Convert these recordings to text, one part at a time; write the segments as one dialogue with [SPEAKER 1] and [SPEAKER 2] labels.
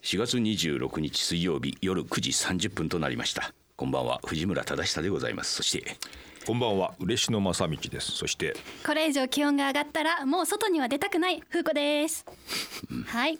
[SPEAKER 1] 4月26日水曜日夜9時30分となりましたこんばんは藤村忠久でございますそして
[SPEAKER 2] こんばんは嬉野正道ですそして
[SPEAKER 3] これ以上気温が上がったらもう外には出たくない風子です、はい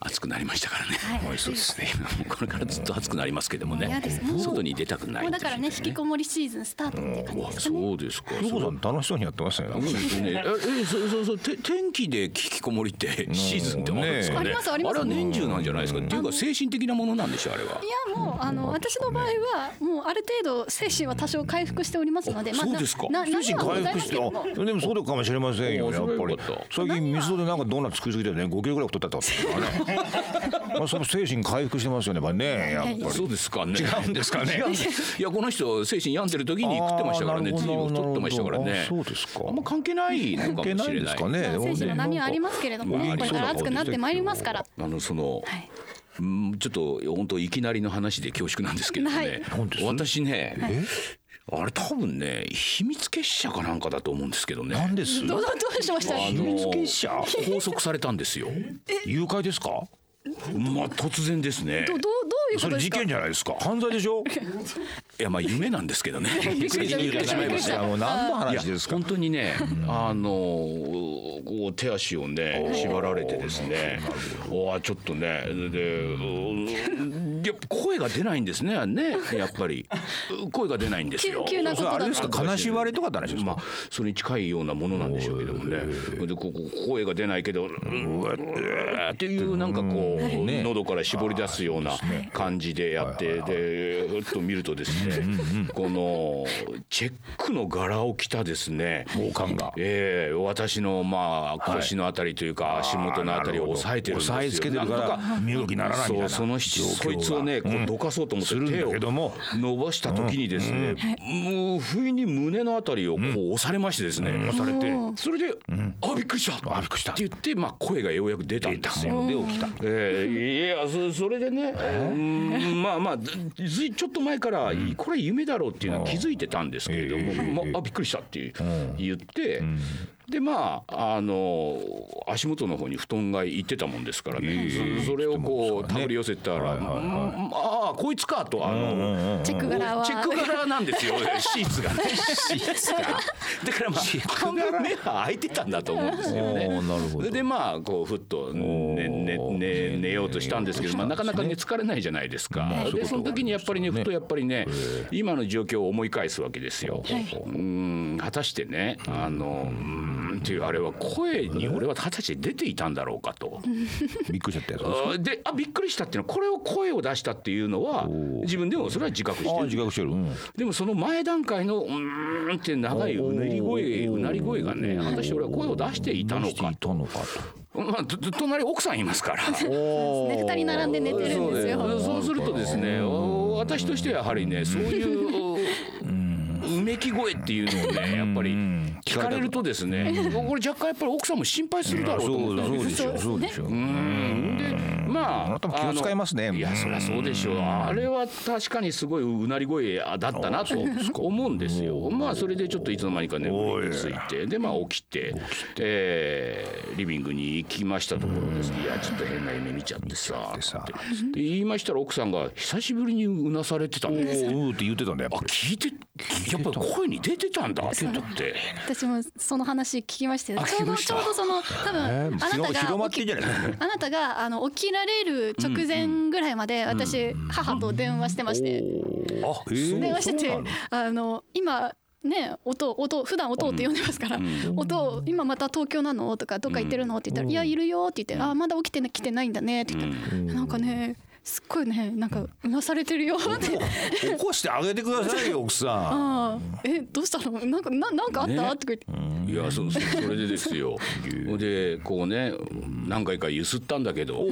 [SPEAKER 1] 暑くなりましたからね、
[SPEAKER 3] はい
[SPEAKER 1] もうそうですねもうこれからずっと暑くなりますけどもね
[SPEAKER 3] もう嫌ですもう
[SPEAKER 1] 外に出たくない
[SPEAKER 3] もうだからね
[SPEAKER 1] という
[SPEAKER 3] 引きこもりシーズンスタートっていう感じ
[SPEAKER 1] わ
[SPEAKER 3] ですかね
[SPEAKER 1] そうですか
[SPEAKER 2] 風子さん楽しそうにやってましたねなん
[SPEAKER 1] うん
[SPEAKER 2] か
[SPEAKER 1] ですね、ええそうそうそうて天気で引きこもりってシーズンってあるんですかね
[SPEAKER 3] ありますあります
[SPEAKER 1] れは年中なんじゃないですかっていうか精神的なものなんでしょうあれはい
[SPEAKER 3] やもうあの私の場合はもうある程度精神は多少回復しておりますので、
[SPEAKER 1] あ
[SPEAKER 3] まあ、
[SPEAKER 1] そう
[SPEAKER 3] な
[SPEAKER 1] ですか
[SPEAKER 3] な
[SPEAKER 2] 精神
[SPEAKER 3] 何はご
[SPEAKER 2] 回
[SPEAKER 3] ざ
[SPEAKER 2] 復
[SPEAKER 3] いま
[SPEAKER 2] して
[SPEAKER 3] すけども
[SPEAKER 2] あでもそうかもしれませんよ
[SPEAKER 1] あ
[SPEAKER 2] やっぱ
[SPEAKER 1] それ
[SPEAKER 2] り
[SPEAKER 1] はよかった
[SPEAKER 2] 最近味噌でなんかドーナツ作りすぎてね5キロぐらい太ったってこ とですからねまあその精神回復してますよねやっぱりねやっぱり
[SPEAKER 1] そうですかね
[SPEAKER 2] 違うんですかね
[SPEAKER 1] 違うんですいやこの人精神病んでる時に食ってましたからね
[SPEAKER 2] あー
[SPEAKER 1] 随
[SPEAKER 2] なる
[SPEAKER 1] 分
[SPEAKER 2] ほど
[SPEAKER 1] 太ってましたから
[SPEAKER 2] な
[SPEAKER 1] ね
[SPEAKER 2] るほどあそうですか
[SPEAKER 1] あんま関係ないのかもしれ
[SPEAKER 2] 関係
[SPEAKER 1] な
[SPEAKER 2] ないいですかね
[SPEAKER 3] まあ精神の波はありますけれども
[SPEAKER 1] まあ
[SPEAKER 3] ねこれから暑くなってまいりますから、
[SPEAKER 1] あのその、
[SPEAKER 3] はい、
[SPEAKER 1] うんちょっと本当いきなりの話で恐縮なんですけれど
[SPEAKER 3] はい
[SPEAKER 1] ね
[SPEAKER 2] 何です
[SPEAKER 1] 私ね、あれ多分ね秘密結社かなんかだと思うんですけどね
[SPEAKER 2] なんです
[SPEAKER 3] どうどうしました
[SPEAKER 1] あ
[SPEAKER 2] 秘
[SPEAKER 1] の
[SPEAKER 2] 密結社
[SPEAKER 1] 拘束されたん ですよ。
[SPEAKER 2] 誘拐ですか
[SPEAKER 1] まあ突然ですね
[SPEAKER 3] ど。どうどういうこ
[SPEAKER 2] そ
[SPEAKER 3] と
[SPEAKER 2] れ
[SPEAKER 3] です
[SPEAKER 2] 事
[SPEAKER 3] か
[SPEAKER 2] 件じゃないですか犯罪でし ょ
[SPEAKER 1] いやまあ夢なんですけどね。びっくりして言ってしまいました。
[SPEAKER 2] もう何の
[SPEAKER 1] いや
[SPEAKER 2] 話ですか
[SPEAKER 1] 本当にね、あのこう手足をね縛られてですね、おあちょっとねで、うんやっぱ声が出ないんですねねやっぱり声が出ないんですよ。
[SPEAKER 3] 急急なこと
[SPEAKER 2] それ
[SPEAKER 3] だ
[SPEAKER 2] あ
[SPEAKER 3] と
[SPEAKER 2] れですか悲しい割れとかって話です
[SPEAKER 1] ま
[SPEAKER 2] か
[SPEAKER 1] あそれに近いようなものなんでしょうけどもね。でここ声が出ないけど、うんうわうわっていうなんかこう
[SPEAKER 2] ね
[SPEAKER 1] 喉から絞り出すような感じでやってでふっと見るとですね、このチェックの柄を着たですね。
[SPEAKER 2] 暴漢が
[SPEAKER 1] ええ私のまあ腰のあたりというか足元のあたりを押さえてるんですよ。
[SPEAKER 2] 押さえつけてるから
[SPEAKER 1] なんと
[SPEAKER 2] 身動きならないみたい
[SPEAKER 1] そうそ
[SPEAKER 2] な
[SPEAKER 1] の
[SPEAKER 2] 状況が
[SPEAKER 1] そいつをねこうどかそうと思って
[SPEAKER 2] するん
[SPEAKER 1] 手
[SPEAKER 2] だ
[SPEAKER 1] を
[SPEAKER 2] けども
[SPEAKER 1] 伸ばした時にですね、もう不意に胸のあたりをこう押されましてですね、押されてそれで「あびっくりした!」
[SPEAKER 2] あびっくりした
[SPEAKER 1] って言って、まあ、声がようやく出たんですよ。
[SPEAKER 2] で起きた
[SPEAKER 1] えー、いやそそれでね、うんまあまあずずいちょっと前から、これ夢だろうっていうのは気づいてたんですけれども、まあ、あびっくりしたっていう、言って、でまああの足元の方に布団が行ってたもんですからね、そそれをこう手繰り寄せたら、うんああこいつかとあの、
[SPEAKER 3] チェック柄は
[SPEAKER 1] チェック柄なんです よシーツがねシーツがだからまあ半分目が開いてたんだと思うんですよね
[SPEAKER 2] おーなるほど
[SPEAKER 1] それでまあこうふっと寝寝寝寝ようとしたんですけど、まあ、なかなか寝つかれないじゃないですか、でその時にやっぱりねふとやっぱりね今の状況を思い返すわけですよ、うーん果たしてねあのうーんっていうあれは声に俺は果たして出ていたんだろうかと。
[SPEAKER 2] びっくりしちゃったや
[SPEAKER 1] あーであびっくりしたっていうのはこれを声を出したっていうのは自分でもそれは自覚
[SPEAKER 2] つ
[SPEAKER 1] し
[SPEAKER 2] あ
[SPEAKER 1] て
[SPEAKER 2] あ
[SPEAKER 1] る
[SPEAKER 2] 自覚してるうん
[SPEAKER 1] でもその前段階のうーんって長いうなり声うなり声がね果たして俺は声を出していたの
[SPEAKER 2] して
[SPEAKER 1] か
[SPEAKER 2] いたのか
[SPEAKER 1] まあとと隣奥さんいますから。
[SPEAKER 2] とお
[SPEAKER 3] ね二人並んで寝てるんですよ
[SPEAKER 1] そうそうするとですねお私としてはやはりねそういううめき声っていうのをねやっぱり聞かれるとですねこれ若干やっぱり奥さんも心配するだろうと思ったんですよ
[SPEAKER 2] しょそうでしょう
[SPEAKER 1] うんでまあ
[SPEAKER 2] あなたも気を使いますね
[SPEAKER 1] あのいやそりゃそうでしょうあれは確かにすごいうなり声だったなと思うんですよまあそれでちょっといつの間にか眠りについてでまあ起きてえーリビングに行きましたところですねいやちょっと変な夢見ちゃってさ
[SPEAKER 2] でさ
[SPEAKER 1] で言いましたら奥さんが久しぶりにうなされてたん
[SPEAKER 2] お
[SPEAKER 1] です
[SPEAKER 2] ーうーって言ってたんだやっぱり
[SPEAKER 1] 聞いてやっぱり声に出てたんだって言ったって。
[SPEAKER 3] 私もその話聞きましたよ
[SPEAKER 1] あ
[SPEAKER 3] ち
[SPEAKER 1] 聞
[SPEAKER 3] ょう
[SPEAKER 1] きま
[SPEAKER 3] ど
[SPEAKER 1] し
[SPEAKER 3] ち
[SPEAKER 1] た
[SPEAKER 3] ょうどその多分
[SPEAKER 2] え
[SPEAKER 3] あ
[SPEAKER 2] ー
[SPEAKER 3] なた
[SPEAKER 2] 広
[SPEAKER 3] が
[SPEAKER 2] 広まっ
[SPEAKER 3] 起
[SPEAKER 2] てんじゃないですか
[SPEAKER 3] あなたがあの起きられる直前ぐらいまで私母と電話してまして
[SPEAKER 2] あえー
[SPEAKER 3] 電話して
[SPEAKER 2] そうな
[SPEAKER 3] て
[SPEAKER 2] の
[SPEAKER 3] あの今ね音音普段音って呼んでますから音を今また東京なのとかどっか行ってるのって言ったらいやいるよって言ってあまだ起きてきてないんだねって言ったらなんかねすっごいねなんかうなされてるよって
[SPEAKER 2] 起こしてあげてくださいよ奥さん
[SPEAKER 3] ああえどうしたのなんかななんかあった、
[SPEAKER 1] ね
[SPEAKER 3] とか言って
[SPEAKER 1] いやそそそれでですよ でこうね何回かゆすったんだけど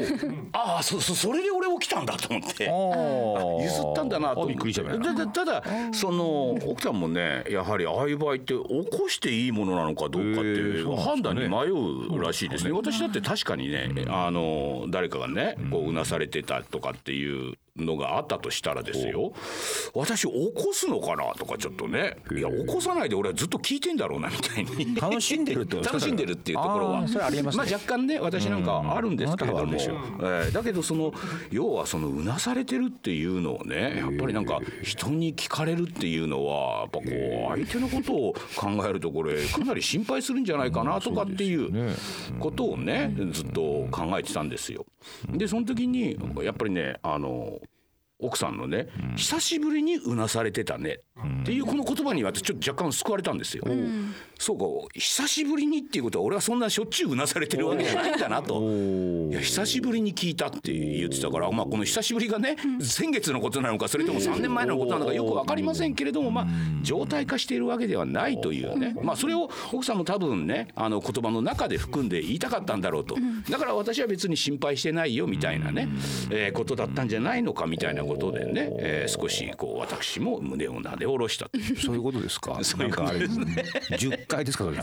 [SPEAKER 1] ああそそそれで俺起きたんだと思って
[SPEAKER 2] あ
[SPEAKER 1] ゆすったんだなと
[SPEAKER 2] あ
[SPEAKER 1] 思
[SPEAKER 2] びっくりしちゃった
[SPEAKER 1] ただただその奥さんもねやはりああいう場合って起こしていいものなのかどうかってい
[SPEAKER 2] へえ
[SPEAKER 1] う
[SPEAKER 2] そうなん
[SPEAKER 1] 判
[SPEAKER 2] ですか
[SPEAKER 1] 断
[SPEAKER 2] ね
[SPEAKER 1] に迷うらしいですね私だって確かにねあの誰かがねこううなされてたとかっていうのがあったとしたらですよ私起こすのかなとかちょっとねいや起こさないで俺はずっと聞いてんだろうなみたいに
[SPEAKER 2] 楽しんでるってこと
[SPEAKER 1] 楽しんでるっていうところ
[SPEAKER 2] あ
[SPEAKER 1] は
[SPEAKER 2] ーそれありえますね
[SPEAKER 1] あ若干ね私なんかあるんですけれど
[SPEAKER 2] うんあ
[SPEAKER 1] も、
[SPEAKER 2] な
[SPEAKER 1] え
[SPEAKER 2] たは
[SPEAKER 1] ーだけどその要はそのうなされてるっていうのをねやっぱりなんか人に聞かれるっていうのはやっぱこう相手のことを考えるとこれかなり心配するんじゃないかなとかっていうことをねずっと考えてたんですよ。でその時にやっぱりねあの奥さんのね、久しぶりにうなされてたねっていうこの言葉に私ちょっと若干救われたんですよ。そうか久しぶりにっていうことは俺はそんなしょっちゅううなされてるわけじゃないんだなと。いや久しぶりに聞いたって言ってたから、まあ、この久しぶりがね、先月のことなのかそれとも3年前のことなのかよく分かりませんけれども、まあ、常態化しているわけではないというね、まあ、それを奥さんも多分ねあの言葉の中で含んで言いたかったんだろうとだから私は別に心配してないよみたいなね、えーことだったんじゃないのかみたいなことでね、えー少しこう私も胸をなで下ろしたという
[SPEAKER 2] そういうことですか。
[SPEAKER 1] そういうこと
[SPEAKER 2] ですね。十回ですかそれ。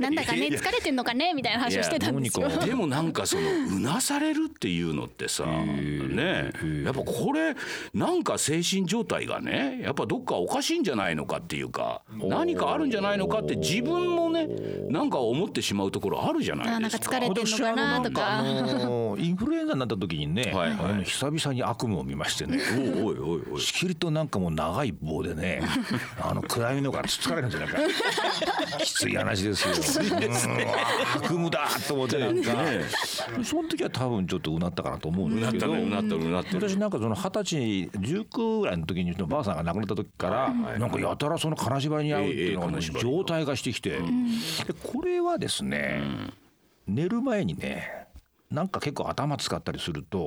[SPEAKER 3] なんだかね疲れてんのかねみたいな話をしてたんですよ
[SPEAKER 2] いやどうにか
[SPEAKER 1] でもなんかそのうなされるっていうのってさねやっぱこれなんか精神状態がねやっぱどっかおかしいんじゃないのかっていうか何かあるんじゃないのかって自分もねなんか思ってしまうところあるじゃ
[SPEAKER 3] あ
[SPEAKER 1] な
[SPEAKER 3] ー
[SPEAKER 1] い
[SPEAKER 3] な
[SPEAKER 1] で
[SPEAKER 3] んか
[SPEAKER 1] すか。
[SPEAKER 3] 疲れてんのかなと
[SPEAKER 2] あ
[SPEAKER 3] か
[SPEAKER 2] のーインフルエンザになった時にね、
[SPEAKER 1] はいはい
[SPEAKER 2] あの久々に悪夢を見ましてね。
[SPEAKER 1] おいおいおい
[SPEAKER 2] しきりとなんかもう長い棒 でね、あの暗闇のからつつかれるんじゃないか。きつい話ですよ。うん悪夢だと思ってなんか、その時は多分ちょっとうなったかなと思うん
[SPEAKER 1] う
[SPEAKER 2] で
[SPEAKER 1] な
[SPEAKER 2] す
[SPEAKER 1] っ
[SPEAKER 2] け
[SPEAKER 1] た
[SPEAKER 2] ど。
[SPEAKER 1] ねうなったうなった
[SPEAKER 2] 私なんかその二十歳19ぐらいの時にうちのばあさんが亡くなった時からなんかやたらその金縛りに遭うっていうのがも
[SPEAKER 1] え
[SPEAKER 2] う
[SPEAKER 1] えええ金縛り
[SPEAKER 2] 状態化してきてでこれはですね寝る前にねなんか結構頭使ったりすると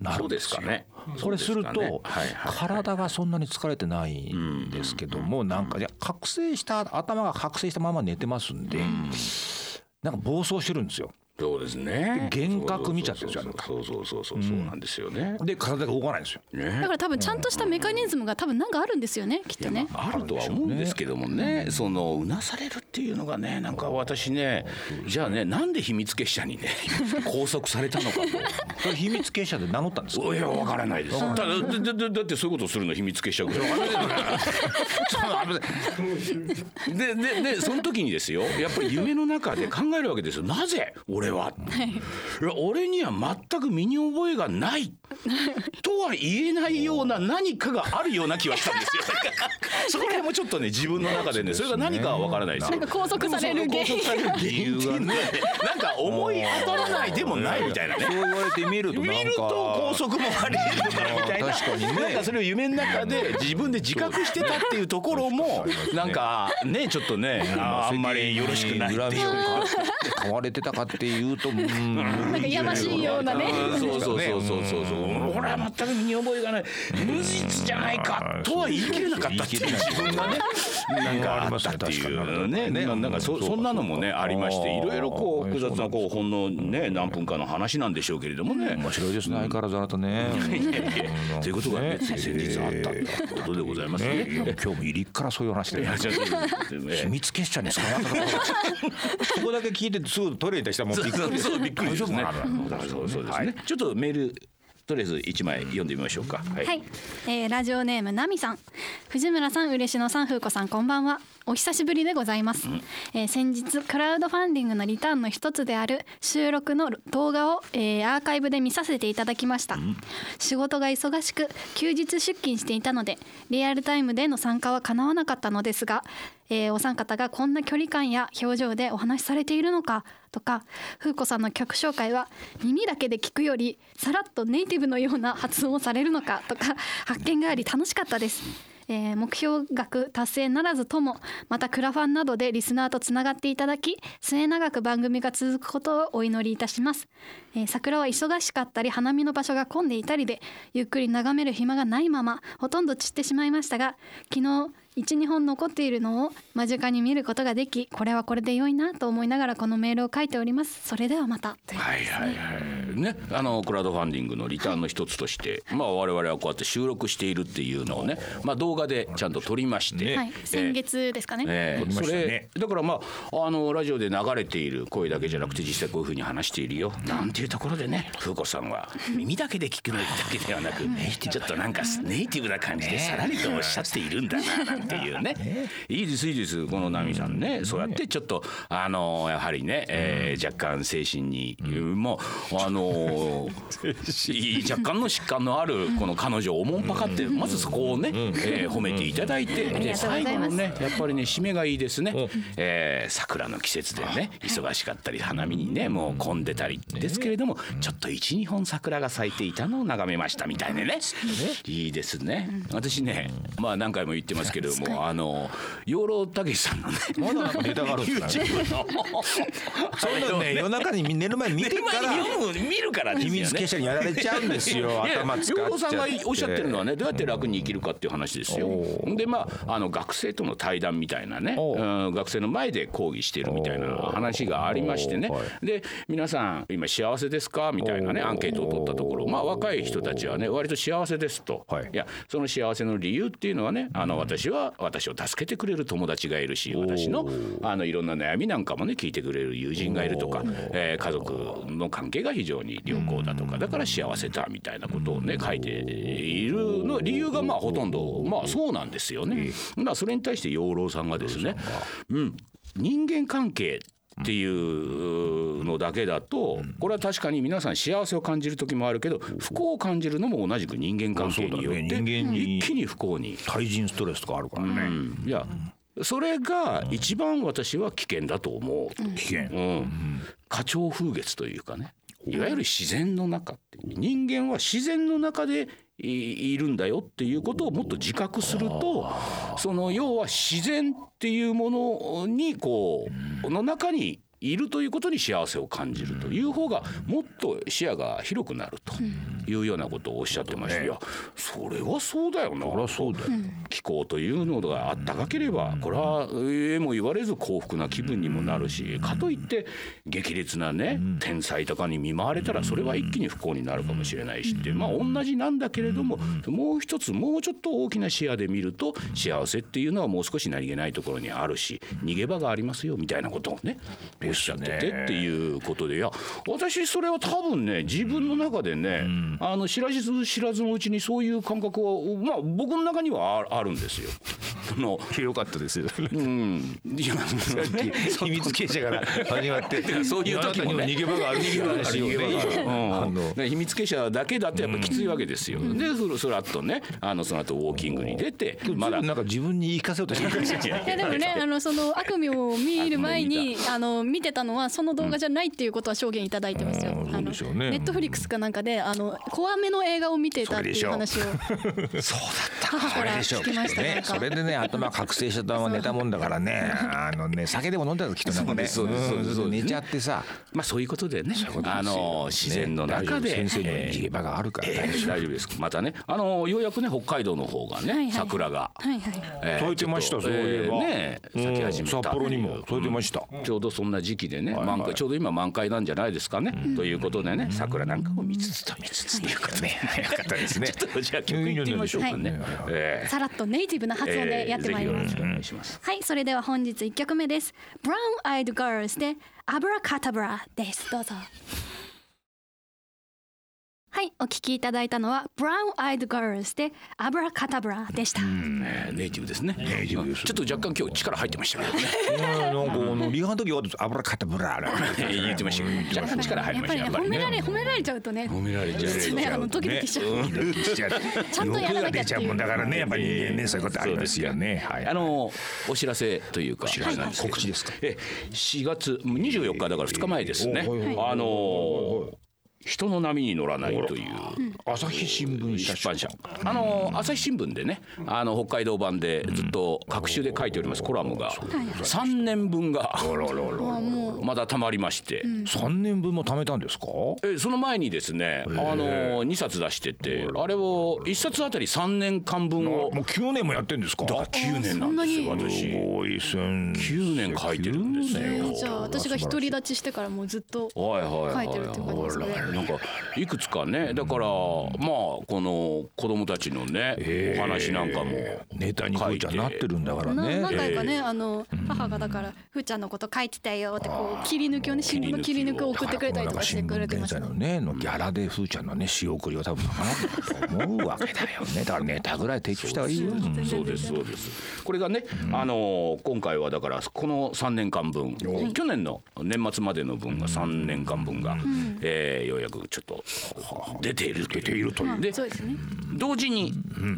[SPEAKER 2] なる
[SPEAKER 1] そ
[SPEAKER 2] ん
[SPEAKER 1] う
[SPEAKER 2] で
[SPEAKER 1] ですす
[SPEAKER 2] よ
[SPEAKER 1] かね。
[SPEAKER 2] それする
[SPEAKER 1] そうですかね
[SPEAKER 2] と
[SPEAKER 1] はいはい
[SPEAKER 2] 体がそんなに疲れてないんですけどもなんかいや覚醒した頭が覚醒したまま寝てますんでなんか暴走してるんですよ。
[SPEAKER 1] そうですね。
[SPEAKER 2] 幻覚見ちゃってるじゃん
[SPEAKER 1] そうそうそうそうそうなんですよね。
[SPEAKER 2] で体が動かないんですよ。
[SPEAKER 1] ね
[SPEAKER 3] だから多分ちゃんとしたメカニズムが多分なんかあるんですよねきっとね
[SPEAKER 1] あるとは思うんですけどもね、そのうなされるっていうのがね、なんか私ね、じゃあね、なんで秘密結社に ね、拘束されたのか
[SPEAKER 2] それ秘密結社で名乗ったん ですか
[SPEAKER 1] と、いや、わからないです。だだだだだってそういうことするの秘密結社ぐらい。 でででその時にですよやっぱり夢の中で考えるわけですよなぜ俺はいや俺には全く身に覚えがないとは言えないような何かがあるような気はしたんですよ そこら辺もちょっとね自分の中でねそれが何かは分からないです
[SPEAKER 3] な
[SPEAKER 1] よ
[SPEAKER 3] んか拘束される原因
[SPEAKER 1] でもその拘束される理由がねなんか思い当たらないでもないみたいなね
[SPEAKER 2] そう言われてみるとなんか
[SPEAKER 1] 見ると拘束もありえるなみたいな
[SPEAKER 2] 確かにね
[SPEAKER 1] なんかそれを夢の中で自分で自覚してたっていうところもなんかねちょっとねあーあんまりよろしくない
[SPEAKER 2] 恨みを買われてたかっていうと、うん
[SPEAKER 3] なんかやましいようなね
[SPEAKER 1] うんそうそうそうそうそうそう俺は全く身に覚えがない無実じゃないかとは言い切れなかったっていう自分がねなんかあったっていうねねなんかそそんなのもねありましていろいろこう複雑なこうほんのね何分かの話なんでしょうけれどもね
[SPEAKER 2] 面白いですね相変わらずあなたね。
[SPEAKER 1] ということがねつい先日あったということでございます
[SPEAKER 2] ねいや
[SPEAKER 1] ね。
[SPEAKER 2] 今日も入りからそういう話で
[SPEAKER 1] いやちょっとね
[SPEAKER 2] 秘密結社に捕まったところそこだけ聞いてすぐトイレに出したらもんびっくり
[SPEAKER 1] そうびっくりですね
[SPEAKER 2] 大丈夫かな。
[SPEAKER 1] そうそうですね。ちょっとメールとりあえず一枚読んでみましょうか。は
[SPEAKER 3] はい、えーラジオネームなみさん藤村さん嬉野さん風子さんこんばんはお久しぶりでございます、えー先日クラウドファンディングのリターンの一つである収録の動画を、えーアーカイブで見させていただきました、仕事が忙しく休日出勤していたのでリアルタイムでの参加は叶わなかったのですが、えーお三方がこんな距離感や表情でお話しされているのかとか風子さんの曲紹介は耳だけで聞くよりさらっとネイティブのような発音をされるのかとか発見があり楽しかったです。えー目標額達成ならずともまたクラファンなどでリスナーとつながっていただき末永く番組が続くことをお祈りいたします、えー桜は忙しかったり花見の場所が混んでいたりでゆっくり眺める暇がないままほとんど散ってしまいましたが昨日12本残っているのを間近に見ることができこれはこれで良いなと思いながらこのメールを書いておりますそれではまたという
[SPEAKER 1] はいはいはい。ねあのクラウドファンディングのリターンの一つとして、まあ我々はこうやって収録しているっていうのをね、まあ動画でちゃんと撮りまして、
[SPEAKER 2] ね
[SPEAKER 3] はい、先月ですかね。
[SPEAKER 1] ええ
[SPEAKER 2] 撮りま
[SPEAKER 1] そ
[SPEAKER 2] したね
[SPEAKER 1] れだからまああのラジオで流れている声だけじゃなくて実際こういうふうに話しているよなんていうところでね風子さんは耳だけで聞くのだけではなくちょっとなんかネイティブな感じでさらりとおっしゃっているんだななんていうねいいですいいですこの奈美さんねそうやってちょっとあのやはりね、えー若干精神に、もうあのいい若干の疾患のあるこの彼女をおもんぱかってまずそこをね、えー褒めていただいて、で
[SPEAKER 3] りがとうござ
[SPEAKER 1] 最
[SPEAKER 3] いま
[SPEAKER 1] 後
[SPEAKER 3] す
[SPEAKER 1] のねねやっぱりね締めがいいですね、えー桜の季節でね忙しかったり花見にねもう混んでたりですけれども、ちょっと12本桜が咲いていたのを眺めましたみたいなね、いいですね私ねまあ何回も言ってますけれどもあの養老たけしさんのね
[SPEAKER 2] まだネタがあるんですね
[SPEAKER 1] YouTube の
[SPEAKER 2] そんなね夜中に 寝る前に見てから
[SPEAKER 1] 読む見るからです
[SPEAKER 2] 秘
[SPEAKER 1] よね
[SPEAKER 2] 密結社にやられちゃうんですよ
[SPEAKER 1] いや
[SPEAKER 2] 頭使っちゃ
[SPEAKER 1] 良
[SPEAKER 2] って
[SPEAKER 1] 子さんがおっしゃってるのはねどうやって楽に生きるかっていう話ですよ。でまああの学生との対談みたいなね、
[SPEAKER 2] おう
[SPEAKER 1] うん、学生の前で講義してるみたいな話がありましてね
[SPEAKER 2] おうは
[SPEAKER 1] で皆さん今幸せですかみたいなね
[SPEAKER 2] おう
[SPEAKER 1] アンケートを取ったところまあ若い人たちはね割と幸せですと、
[SPEAKER 2] はい
[SPEAKER 1] やその幸せの理由っていうのはねあの私は私を助けてくれる友達がいるし私のあのいろんな悩みなんかもね聞いてくれる友人がいるとか、えー家族の関係が非常に良好だとかだから幸せだみたいなことをね書いているの理由がまあほとんどまあそうなんですよね。まあそれに対して養老さんがですね、うん、人間関係っていうのだけだと、これは確かに皆さん幸せを感じる時もあるけど不幸を感じるのも同じく人間関係によって
[SPEAKER 2] そうだね人間に
[SPEAKER 1] 一気に不幸に
[SPEAKER 2] 対人ストレスとかあるから
[SPEAKER 1] う
[SPEAKER 2] ね
[SPEAKER 1] んいやそれが一番私は危険だと思う、
[SPEAKER 2] 危険
[SPEAKER 1] うん、花鳥風月というかねいわゆる自然の中って人間は自然の中でいいるんだよっていうことをもっと自覚するとその要は自然っていうものにこうの中にいるということに幸せを感じるという方がもっと視野が広くなるというようなことをおっしゃってましたいやそれはそうだよな
[SPEAKER 2] そりゃそうだよ
[SPEAKER 1] 気候というのがあったかければこれはええも言われず幸福な気分にもなるしかといって激烈なね天才とかに見舞われたらそれは一気に不幸になるかもしれないしってまあ同じなんだけれどももう一つもうちょっと大きな視野で見ると幸せっていうのはもう少し何気ないところにあるし逃げ場がありますよみたいなことをねおっしゃっててっていうことでいや私それは多分ね自分の中でねあの知らず知らずのうちにそういう感覚はまあ僕の中にはああるんですよ。 あの
[SPEAKER 2] よかったですよ
[SPEAKER 1] うんいや
[SPEAKER 2] 秘密結社から始まって
[SPEAKER 1] そういう時もね
[SPEAKER 2] あなたに逃げ場がある逃げ場がある
[SPEAKER 1] う
[SPEAKER 2] あ
[SPEAKER 1] ん、だ
[SPEAKER 2] の
[SPEAKER 1] から秘密結社だけだってやっぱきついわけですよ。でそれそれあとねあのその後ウォーキングに出てまだ
[SPEAKER 2] なんか自分に言い聞かせようとしてる
[SPEAKER 3] いやでもね、あのその悪夢を見る前に、あの見てたのはその動画じゃないっていうことは証言いただいてますよ。
[SPEAKER 2] うん
[SPEAKER 3] あ
[SPEAKER 2] そう
[SPEAKER 3] の
[SPEAKER 2] でしょうね
[SPEAKER 3] ネットフリックスかなんかで、あの怖めの映画を見てたっていう 話を。
[SPEAKER 2] そうだった
[SPEAKER 3] 母
[SPEAKER 2] そ
[SPEAKER 3] か
[SPEAKER 2] れ
[SPEAKER 3] ら
[SPEAKER 2] でしょう
[SPEAKER 3] 聞きました
[SPEAKER 2] ね
[SPEAKER 3] なんか
[SPEAKER 2] それでね頭覚醒したとは寝たもんだからね あのね酒でも飲んだらきっとなんかね
[SPEAKER 1] そうですそうです
[SPEAKER 2] ん
[SPEAKER 1] そうです
[SPEAKER 2] 寝ちゃってさ
[SPEAKER 1] まあそういうことでねあの自然の中で、
[SPEAKER 2] ね先生に
[SPEAKER 1] えー
[SPEAKER 2] 逃げ場があるから大丈夫
[SPEAKER 1] 大丈夫ですまたねあのようやくね北海道の方がね、
[SPEAKER 3] いはい
[SPEAKER 1] 桜が、
[SPEAKER 3] はいはい。
[SPEAKER 1] えー
[SPEAKER 2] 咲いてました
[SPEAKER 1] ちょっと
[SPEAKER 2] そういえば
[SPEAKER 1] ね咲き始めた
[SPEAKER 2] 札幌にも
[SPEAKER 1] う
[SPEAKER 2] 添えてました、
[SPEAKER 1] ん ちょうどそんな時期でね、
[SPEAKER 2] いはい
[SPEAKER 1] 満開ちょうど今満開なんじゃないですかね、ということでね桜なんかを見つつと見つつということで、
[SPEAKER 2] 早かったです ね
[SPEAKER 1] ちょっとじゃあ曲いってみましょうかね、
[SPEAKER 2] はい
[SPEAKER 1] え
[SPEAKER 3] さらっとネイティブな発音でやってまいります。
[SPEAKER 1] えーぜひよろしくお願いします、
[SPEAKER 3] はい、それでは本日一曲目です。Brown Eyed Girls で Abracadabra です。どうぞ。はい、お聞きいただいたのは Brown Eyed Girls で Abracadabra でした。
[SPEAKER 1] えーネイティブですねネイティブですちょっと若干今日力入ってましたけど ね
[SPEAKER 2] うんなんかあのリハの時は油かたぶらだからね
[SPEAKER 1] 言ってましたけど若干力入り
[SPEAKER 3] やっ
[SPEAKER 1] ま
[SPEAKER 3] ぱ
[SPEAKER 1] した
[SPEAKER 3] りね
[SPEAKER 1] やっぱ
[SPEAKER 3] 褒
[SPEAKER 1] り
[SPEAKER 3] め
[SPEAKER 1] ね
[SPEAKER 3] られ褒められちゃうとね、
[SPEAKER 1] 褒められちゃう
[SPEAKER 3] ねあのドキドキしちゃう。
[SPEAKER 2] ねドキドキしちゃう
[SPEAKER 3] ちゃんとやらなきゃ
[SPEAKER 2] 欲が出
[SPEAKER 3] っていう
[SPEAKER 2] ちゃうもんだからねやっぱり人間ねそういうことありますよねはい
[SPEAKER 1] あのお知らせというか、
[SPEAKER 2] らせ
[SPEAKER 1] なんけど
[SPEAKER 2] 告知ですか
[SPEAKER 1] え4月24日だから2日前ですね、
[SPEAKER 2] えーおはい
[SPEAKER 1] あのー人の波に乗らないという
[SPEAKER 2] 朝日新聞社
[SPEAKER 1] 出版社あの朝日新聞でねあの北海道版でずっと各種で書いておりますコラムが3年分が
[SPEAKER 2] あらららら
[SPEAKER 3] あもう
[SPEAKER 1] まだ貯まりまして、
[SPEAKER 2] 三年分も貯めたんですか。
[SPEAKER 1] えその前にですね、あの2冊出しててあれを1冊あたり3年間分を
[SPEAKER 2] もう九年もやってんですか。
[SPEAKER 1] 9年なんですよ
[SPEAKER 3] そん
[SPEAKER 1] 私
[SPEAKER 2] すごい先
[SPEAKER 1] 9年書いてるんです
[SPEAKER 3] え
[SPEAKER 1] よ
[SPEAKER 3] ーじゃあ私が独り立ちしてからもうずっと
[SPEAKER 1] はいはいはい
[SPEAKER 3] 書いてるっていう感じですね
[SPEAKER 1] あらなんかいくつかねだからまあこの子供たちのねお話なんかも
[SPEAKER 2] ネタにこうちゃんなってるんだから
[SPEAKER 3] な
[SPEAKER 2] ね。
[SPEAKER 3] 何回かね、あの母がだから、ふーちゃんのこと書いてたよってこう切り抜きをね新聞の切り抜きを送ってくれたりとかしてくれてました
[SPEAKER 2] の
[SPEAKER 3] ね。
[SPEAKER 2] ねのギャラでふーちゃんのね仕送りを多分なと思うわけだよね。だからネタぐらい提供した方がいいよ。
[SPEAKER 3] 全然
[SPEAKER 1] そうですそうです。これがね、あの今回はだからこの3年間分、去年の年末までの分が3年間分が、えーようやくちょっと出ている出ているという。で
[SPEAKER 3] そうですね。
[SPEAKER 1] 同時に、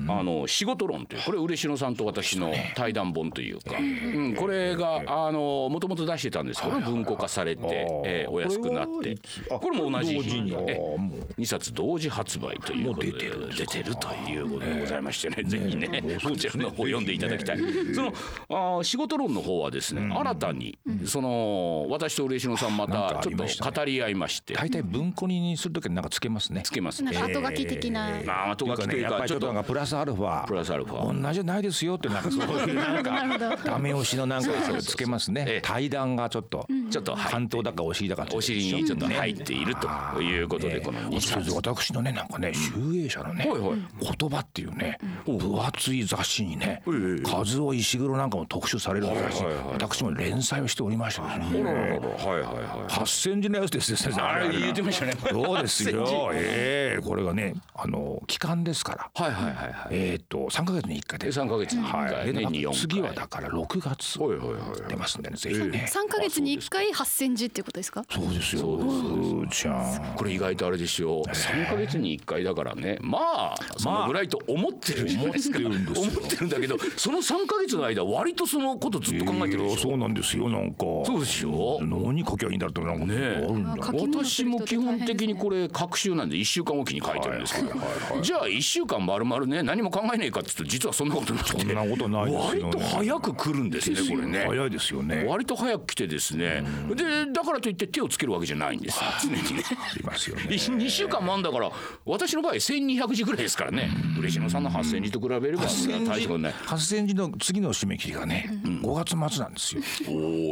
[SPEAKER 1] あの仕事論というこれ嬉野さんと私の対談本というか、うん、これがあのもともと出してたんですけど文庫化されて、えーお安くなって
[SPEAKER 2] あ
[SPEAKER 1] これも同じ
[SPEAKER 2] 同時に
[SPEAKER 1] 日え
[SPEAKER 2] あも
[SPEAKER 1] 2冊同時発売ということで
[SPEAKER 2] もう出てるんです
[SPEAKER 1] 出てるということでございましてね、ぜひねこちらの方読んでいただきたい、そのあー仕事論の方はですね、新たにその私と嬉野さんま
[SPEAKER 2] なんか
[SPEAKER 1] た
[SPEAKER 2] あ
[SPEAKER 1] ち
[SPEAKER 2] り
[SPEAKER 1] ょ
[SPEAKER 2] ました
[SPEAKER 1] っ
[SPEAKER 2] ね
[SPEAKER 1] と語り合いまして
[SPEAKER 2] 大体文庫にするときになんかつけますね。
[SPEAKER 1] つけます
[SPEAKER 3] なん
[SPEAKER 1] ね
[SPEAKER 3] か後書き的な、
[SPEAKER 1] まあ後書きと
[SPEAKER 2] ね
[SPEAKER 1] いう
[SPEAKER 2] やっぱ
[SPEAKER 1] か
[SPEAKER 2] り
[SPEAKER 1] ち
[SPEAKER 2] ち
[SPEAKER 1] ょ
[SPEAKER 2] ょ
[SPEAKER 1] っ
[SPEAKER 2] っと
[SPEAKER 1] と
[SPEAKER 2] なんかプラスアルファ。
[SPEAKER 1] プラスアルファ
[SPEAKER 2] 同じじゃないですよってなんかそういうな ん
[SPEAKER 3] なる
[SPEAKER 2] か
[SPEAKER 3] ほど
[SPEAKER 2] ダメ押しのなんかそうつけます
[SPEAKER 1] え
[SPEAKER 2] ね
[SPEAKER 1] え。
[SPEAKER 2] 対談がちょっと
[SPEAKER 1] ちょっとはい
[SPEAKER 2] 関東だかお尻だか
[SPEAKER 1] お尻にちょっと入っているということでこの2
[SPEAKER 2] そう
[SPEAKER 1] 冊
[SPEAKER 2] そう私のねなんかね集英社のね
[SPEAKER 1] はいはい
[SPEAKER 2] 言葉っていうね分厚い雑誌にね
[SPEAKER 1] ええ
[SPEAKER 2] 数尾石黒なんかも特集される雑誌
[SPEAKER 1] はいはいはい
[SPEAKER 2] 私も連載をしておりましたですね
[SPEAKER 1] はいはいは
[SPEAKER 2] 八千字のやつです先生
[SPEAKER 1] あれ言ってましたね
[SPEAKER 2] そうです
[SPEAKER 1] 8
[SPEAKER 2] よええこれがねあの期間ですから
[SPEAKER 1] いはいはいはいはい
[SPEAKER 2] えっと三ヶ月に一回で
[SPEAKER 1] で3ヶ月に1
[SPEAKER 2] は
[SPEAKER 1] 回
[SPEAKER 2] いで
[SPEAKER 1] 年に4回
[SPEAKER 2] 次はだから六月
[SPEAKER 1] はいはいはい
[SPEAKER 2] 出ますんでねぜひね
[SPEAKER 3] 三ヶ月に一回八センチっていうことですか？
[SPEAKER 2] そうですよ
[SPEAKER 1] そうです
[SPEAKER 2] ふーちゃん
[SPEAKER 1] これ意外とあれですよ3ヶ月に1回だからねまあそのぐらいと思ってるじゃないですか
[SPEAKER 2] 思ってるんですよ
[SPEAKER 1] 思ってるんだけどその3ヶ月の間割とそのことずっと考えてる
[SPEAKER 2] い
[SPEAKER 1] で
[SPEAKER 2] や
[SPEAKER 1] しょ
[SPEAKER 2] そうなんですよなんか
[SPEAKER 1] そうでしょ
[SPEAKER 2] 何書きゃいいんだろうってなんか
[SPEAKER 1] ねえ
[SPEAKER 2] あるんだ
[SPEAKER 3] 書き物す
[SPEAKER 1] 私
[SPEAKER 3] る人
[SPEAKER 1] も
[SPEAKER 3] って
[SPEAKER 1] 基
[SPEAKER 3] 大変
[SPEAKER 1] 本
[SPEAKER 3] ですね
[SPEAKER 1] 的にこれ隔週なんで1週間おきに書いてるんですけどじゃあ1週間丸々ね何も考えねえかって言うと実はそんなことなくて
[SPEAKER 2] そんなことないですよね
[SPEAKER 1] 割と早く来るんですねこれね
[SPEAKER 2] 早いですよね。
[SPEAKER 1] 割と早く来てですねでだからといって手をつけるわけじゃないんですよ常にね
[SPEAKER 2] あります よね。
[SPEAKER 1] 2週間もあんだから私の場合1200字ぐらいですからね嬉野さんの8000字と比べれば大したことない
[SPEAKER 2] 八千字の次の締め切りがね、五、月末なんですよ。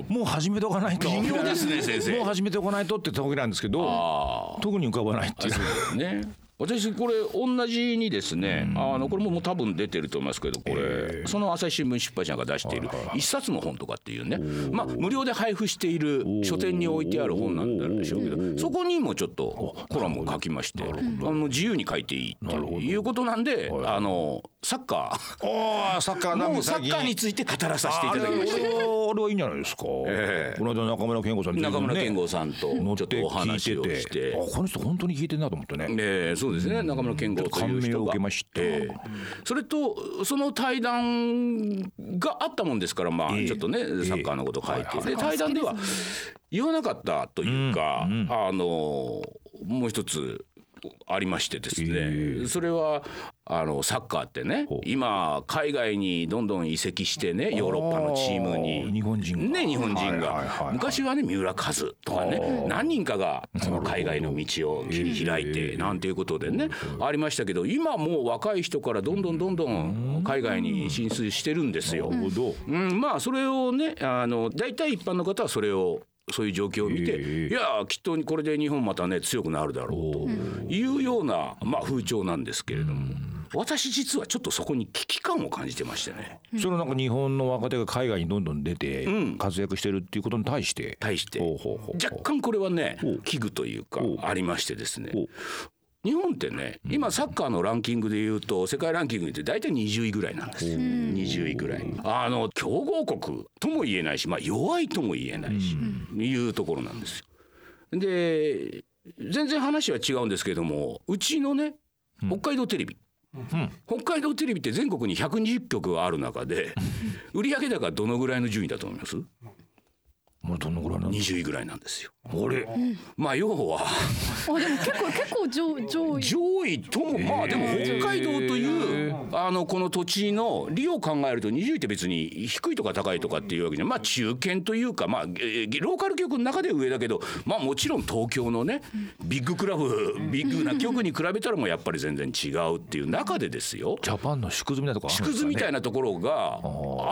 [SPEAKER 2] もう始めておかないと。
[SPEAKER 1] 微妙ですね先生
[SPEAKER 2] もう始めておかないとって峠なんですけど、特に浮かばないっていう。
[SPEAKER 1] ね私これ同じにですねあのこれももう多分出てると思いますけどこれその朝日新聞出版社が出している一冊の本とかっていうねまあ無料で配布している書店に置いてある本なんでしょうけどそこにもちょっとコラムを書きましてあの自由に書いていいっていうことなんであのサッカ
[SPEAKER 2] ああ、サッカー
[SPEAKER 1] ー
[SPEAKER 2] なん
[SPEAKER 1] も
[SPEAKER 2] か
[SPEAKER 1] うサ
[SPEAKER 2] 最
[SPEAKER 1] ッ
[SPEAKER 2] 近
[SPEAKER 1] カーについて語らさせていただきました。
[SPEAKER 2] あれはあれはいいんじゃないですか。
[SPEAKER 1] ええ
[SPEAKER 2] この間中村健吾さん、
[SPEAKER 1] 中村健
[SPEAKER 2] 吾
[SPEAKER 1] 吾さんと
[SPEAKER 2] 乗っ
[SPEAKER 1] ちょ
[SPEAKER 2] て
[SPEAKER 1] っとお
[SPEAKER 2] 聞
[SPEAKER 1] 話
[SPEAKER 2] い
[SPEAKER 1] を
[SPEAKER 2] て、
[SPEAKER 1] してて。
[SPEAKER 2] あこの人本当に聞いてんなと思ってね。
[SPEAKER 1] ええそうですね中村健吾という
[SPEAKER 2] 感銘
[SPEAKER 1] 人
[SPEAKER 2] を受
[SPEAKER 1] が
[SPEAKER 2] けました
[SPEAKER 1] ええそれとその対談があったもんですからまあ
[SPEAKER 2] ええ
[SPEAKER 1] ちょっとねサッカーのこと書いてで対談では
[SPEAKER 3] 好き
[SPEAKER 1] 言わなかったというかあのもう一つありましてです
[SPEAKER 2] え
[SPEAKER 1] ねそれはあのサッカーってね今海外にどんどん移籍してねヨーロッパのチームに
[SPEAKER 2] あー日本人が
[SPEAKER 1] ね日本人
[SPEAKER 2] はいはいはいは
[SPEAKER 1] が
[SPEAKER 2] い
[SPEAKER 1] 昔はね三浦和とかね何人かがその海外の道を切り開いてなんていうことでねありましたけど今もう若い人からどんどんどんどん海外に進出してるんですよ。うん、まあそれをねあの大体一般の方はそれをそういう状況を見て、
[SPEAKER 2] え
[SPEAKER 1] い
[SPEAKER 2] え
[SPEAKER 1] やーきっとこれで日本またね強くなるだろうというような、まあ、風潮なんですけれども私実はちょっとそこに危機感を感じてましてね
[SPEAKER 2] それはなんか日本の若手が海外にどんどん出て
[SPEAKER 1] うん
[SPEAKER 2] 活躍してるっていうことに対して、
[SPEAKER 1] 対して
[SPEAKER 2] ほうほうほう
[SPEAKER 1] 若干これはね
[SPEAKER 2] お
[SPEAKER 1] 危惧というか
[SPEAKER 2] お
[SPEAKER 1] ありましてですね
[SPEAKER 2] お
[SPEAKER 1] 日本ってね今サッカーのランキングでいうと世界ランキングで言うと大体20位ぐらいなんですよ20位ぐらいあの強豪国とも言えないし、まあ、弱いとも言えないしいうところなんですよ。で全然話は違うんですけれどもうちのね北海道テレビ、北海道テレビって全国に120局ある中で売上高どのぐらいの順位だと思います
[SPEAKER 2] もうどのぐらいなの
[SPEAKER 1] ?20 位ぐらいなんですよ。俺、まあ要は
[SPEAKER 3] あでも結構結構上上位。
[SPEAKER 1] 上位ともまあでも北海道というあのこの土地の利を考えると20位って別に低いとか高いとかっていうわけじゃまあ中堅というかまあえーローカル局の中で上だけどまあもちろん東京のねビッグクラブビッグな局に比べたらもうやっぱり全然違うっていう中でですよ。
[SPEAKER 2] ジャパンの縮図みたいなとこあるん
[SPEAKER 1] 縮
[SPEAKER 2] です
[SPEAKER 1] 図
[SPEAKER 2] かね
[SPEAKER 1] みたいなところが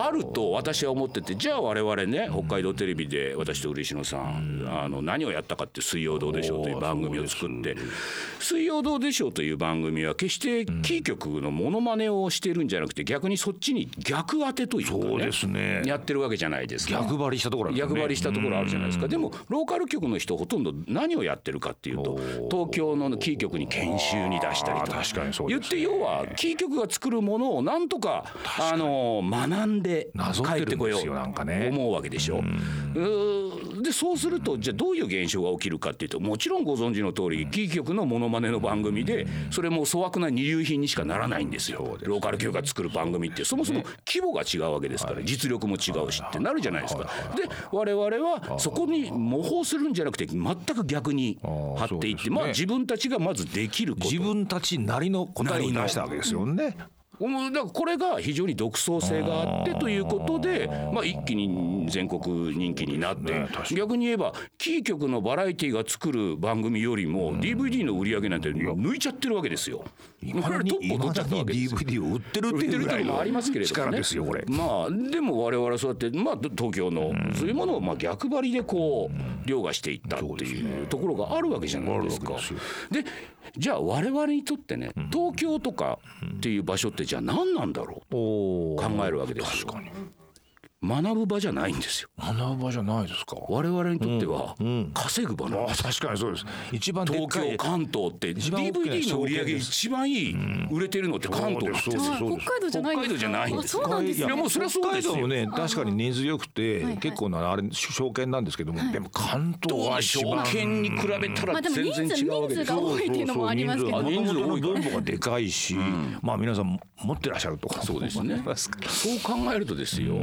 [SPEAKER 1] あると私は思っててじゃあ我々ね北海道テレビで私と嬉野さんあの何をやったかって「水曜どうでしょう」という番組を作って「水曜どうでしょう」という番組は決してキー局のモノマネをしてるんじゃなくて逆にそっちに逆当てというか、ね、
[SPEAKER 2] そうですね
[SPEAKER 1] やってるわけじゃないですか。
[SPEAKER 2] 逆張りしたところあるんです
[SPEAKER 1] 逆
[SPEAKER 2] ね
[SPEAKER 1] 張りしたところあるじゃないですか、でもローカル局の人ほとんど何をやってるかっていうと東京のキー局に研修に出したりと
[SPEAKER 2] あー確かにそうで
[SPEAKER 1] 言
[SPEAKER 2] すね
[SPEAKER 1] って要はキー局が作るものをなんとかあの学んで
[SPEAKER 2] なぞっ
[SPEAKER 1] 帰
[SPEAKER 2] て
[SPEAKER 1] って
[SPEAKER 2] るん
[SPEAKER 1] こよ
[SPEAKER 2] ですよなんかね
[SPEAKER 1] う思うわけでしょ。うーでそうするとじゃあどういう現象が起きるかっていうともちろんご存知の通りキー局のモノマネの番組でそれも粗悪な二流品にしかならないんですよローカル局が作る番組ってそもそも規模が違うわけですから実力も違うしってなるじゃないですか。で我々はそこに模倣するんじゃなくて全く逆に張っていっ
[SPEAKER 2] あーそうで
[SPEAKER 1] て
[SPEAKER 2] すね
[SPEAKER 1] まあ自分たちがまずできること
[SPEAKER 2] 自分たちなりの答えを出したわけですよね。
[SPEAKER 1] うんだからこれが非常に独創性があってということで、まあ、一気に全国人気になって、
[SPEAKER 2] ね確かに
[SPEAKER 1] 逆に言えばキー局のバラエティが作る番組よりも DVD の売り上げなんて抜いちゃってるわけですよ。我
[SPEAKER 2] 今
[SPEAKER 1] 々
[SPEAKER 2] に
[SPEAKER 1] トップを取っちゃったわけですよ
[SPEAKER 2] DVD を売ってるっ
[SPEAKER 1] 売
[SPEAKER 2] て
[SPEAKER 1] っ
[SPEAKER 2] い
[SPEAKER 1] て
[SPEAKER 2] う
[SPEAKER 1] る
[SPEAKER 2] ぐ
[SPEAKER 1] と
[SPEAKER 2] ら
[SPEAKER 1] こ
[SPEAKER 2] い
[SPEAKER 1] もありますけれ
[SPEAKER 2] の
[SPEAKER 1] ども
[SPEAKER 2] 力
[SPEAKER 1] ね
[SPEAKER 2] ですよこれ。
[SPEAKER 1] まあでも我々はそうやって、まあ、ど東京のそういうものをまあ逆張りでこう凌駕していったっていうところがあるわけじゃないですか。でじゃあ我々にとってね東京とかっていう場所ってじゃあ何なんだろう
[SPEAKER 2] お
[SPEAKER 1] 考
[SPEAKER 2] ー
[SPEAKER 1] えるわけですよ
[SPEAKER 2] 確かに。
[SPEAKER 1] 学ぶ場じゃないんですよ。
[SPEAKER 2] 穴場じゃないですか。
[SPEAKER 1] 我々にとっては稼ぐ場なん
[SPEAKER 2] あ
[SPEAKER 1] です。
[SPEAKER 2] 確かにそうです。一番でっ
[SPEAKER 1] 東
[SPEAKER 2] かい
[SPEAKER 1] 京関東って
[SPEAKER 2] 番大きな
[SPEAKER 1] DVD の売り上げ
[SPEAKER 2] 証券です
[SPEAKER 1] 一番いい売れてるのって関東なんですよ
[SPEAKER 2] そうです
[SPEAKER 3] はい
[SPEAKER 2] そうです
[SPEAKER 3] 北海道じゃないん
[SPEAKER 1] 北海
[SPEAKER 3] ですか。
[SPEAKER 1] 道じゃないんです
[SPEAKER 3] あそうなんです
[SPEAKER 1] いや
[SPEAKER 3] ね。
[SPEAKER 1] もうそれはそうです
[SPEAKER 2] 北海道も
[SPEAKER 1] よ。
[SPEAKER 2] ね確かに人数良く
[SPEAKER 3] いは
[SPEAKER 2] て
[SPEAKER 3] い
[SPEAKER 2] 結構なあれ証券なんですけども、でも関東は一
[SPEAKER 1] 証
[SPEAKER 2] 番
[SPEAKER 1] 券に比べた
[SPEAKER 3] ま
[SPEAKER 1] ら
[SPEAKER 3] あでも人
[SPEAKER 1] 全
[SPEAKER 3] 数
[SPEAKER 1] 然違うわ
[SPEAKER 3] 人
[SPEAKER 1] け
[SPEAKER 3] 数
[SPEAKER 1] です
[SPEAKER 3] が
[SPEAKER 1] よ。
[SPEAKER 3] 多いっていうのもありますけど。
[SPEAKER 1] そうそうそう人
[SPEAKER 2] 人数
[SPEAKER 1] 数
[SPEAKER 2] の
[SPEAKER 1] 多いから
[SPEAKER 2] 分母がでかいし、まあ皆さん持ってらっしゃると
[SPEAKER 1] そうですね
[SPEAKER 2] 思いますから
[SPEAKER 1] そう考えるとですよ。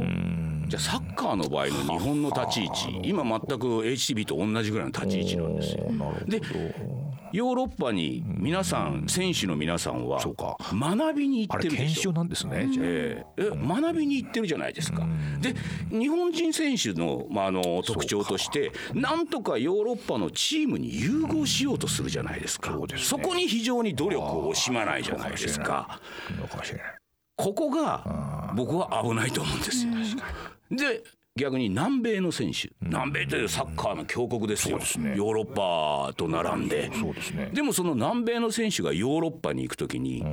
[SPEAKER 1] じゃあサッカーの場合の日本の立ち位置、今全く HTB と同じぐらいの立ち位置なんですよ。で、ヨーロッパに皆さん選手の皆さんは
[SPEAKER 2] そうか
[SPEAKER 1] 学びに行
[SPEAKER 2] あ
[SPEAKER 1] っ
[SPEAKER 2] れ
[SPEAKER 1] てるで
[SPEAKER 2] 研
[SPEAKER 1] しょ
[SPEAKER 2] 修。なんですね。じゃあ
[SPEAKER 1] えええ学びに行ってるじゃないですか。で日本人選手の,、まあ、あの特徴としてなんとかヨーロッパのチームに融合しようとするじゃないですか
[SPEAKER 2] そうですね
[SPEAKER 1] そこに非常に努力を惜しまないじゃないですか。
[SPEAKER 2] そうかもしれない。
[SPEAKER 1] ここが僕は危ないと思うんですよ。で逆に南米の選手、南米というサッカーの強国ですよ
[SPEAKER 2] そうですね
[SPEAKER 1] ヨーロッパと並んで。
[SPEAKER 2] そうですね。
[SPEAKER 1] でもその南米の選手がヨーロッパに行くときに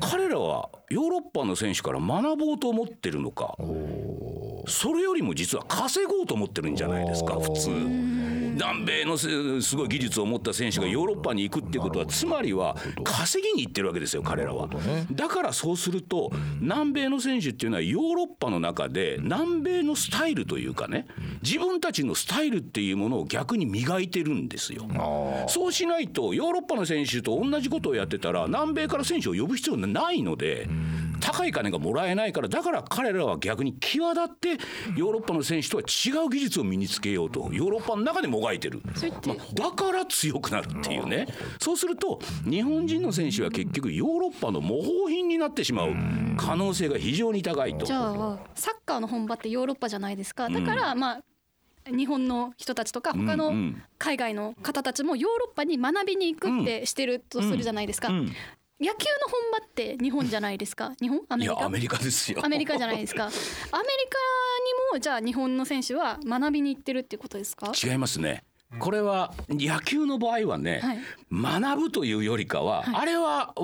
[SPEAKER 1] 彼らはヨーロッパの選手から学ぼうと思ってるのかそれよりも実は稼ごうと思ってるんじゃないですか普通南米のせすごい技術を持った選手がヨーロッパに行くってことはつまりは稼ぎに行ってるわけですよ彼らはだからそうすると南米の選手っていうのはヨーロッパの中で南米のスタイルというかね自分たちのスタイルっていうものを逆に磨いてるんですよ。
[SPEAKER 2] あ
[SPEAKER 1] そうしないとヨーロッパの選手と同じことをやってたら南米から選手を呼ぶ必要ないので高い金がもらえないからだから彼らは逆に際立ってヨーロッパの選手とは違う技術を身につけようとヨーロッパの中でもがいてる、
[SPEAKER 3] それって
[SPEAKER 1] まあ、だから強くなるっていうねそうすると日本人の選手は結局ヨーロッパの模倣品になってしまう可能性が非常に高いと
[SPEAKER 3] じ。ゃあサッカーの本場ってヨーロッパじゃないですか。だからまあ。日本の人たちとか他
[SPEAKER 1] う
[SPEAKER 3] の
[SPEAKER 1] んうん
[SPEAKER 3] 海外の方たちもヨーロッパに学びに行くってしてるとするじゃないですか、
[SPEAKER 1] うん
[SPEAKER 3] 野球の本場って日本じゃないですか日本ア
[SPEAKER 1] い
[SPEAKER 3] メリ
[SPEAKER 1] や
[SPEAKER 3] カ
[SPEAKER 1] アメリカですよ
[SPEAKER 3] アメリカじゃない ですかアメリカにもじゃあ日本の選手は学びに行ってるっていうことですか
[SPEAKER 1] 違いますね。これは野球の場合はね、学ぶというよりかは、あれはわう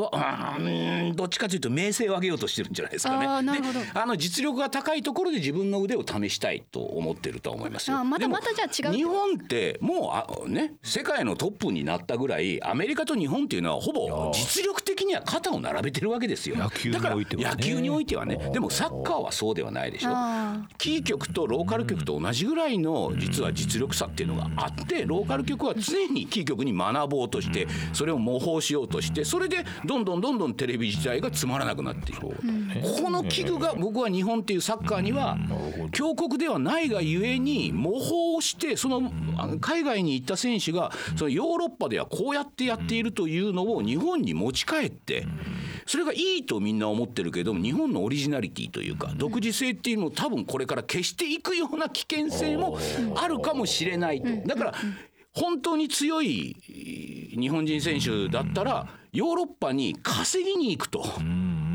[SPEAKER 1] ーんどっちかというと名声を上げようとしてるんじゃないですかね。
[SPEAKER 3] あーなるほど
[SPEAKER 1] であの実力が高いところで自分の腕を試したいと思ってるとは思いますよ。
[SPEAKER 3] あーまだ
[SPEAKER 1] でも
[SPEAKER 3] まだじゃあ違うってこと
[SPEAKER 1] 日本ってもうあね世界のトップになったぐらいアメリカと日本っていうのはほぼ実力的には肩を並べてるわけですよ。
[SPEAKER 2] 野球においてはね
[SPEAKER 1] だから野球においてはね。でもサッカーはそうではないでしょ。
[SPEAKER 3] あ
[SPEAKER 1] キー局とローカル局と同じぐらいの実は実力差っていうのがあって、でローカル局は常にキー局に学ぼうとしてそれを模倣しようとしてそれでどんどんどんどんテレビ自体がつまらなくなっているここの危惧が僕は日本っていうサッカーには強国ではないがゆえに模倣をしてそのあの海外に行った選手がそのヨーロッパではこうやってやっているというのを日本に持ち帰ってそれがいいとみんな思ってるけども日本のオリジナリティというか独自性っていうのを多分これから消していくような危険性もあるかもしれないと。だから本当に強い日本人選手だったらヨーロッパに稼ぎに行くと。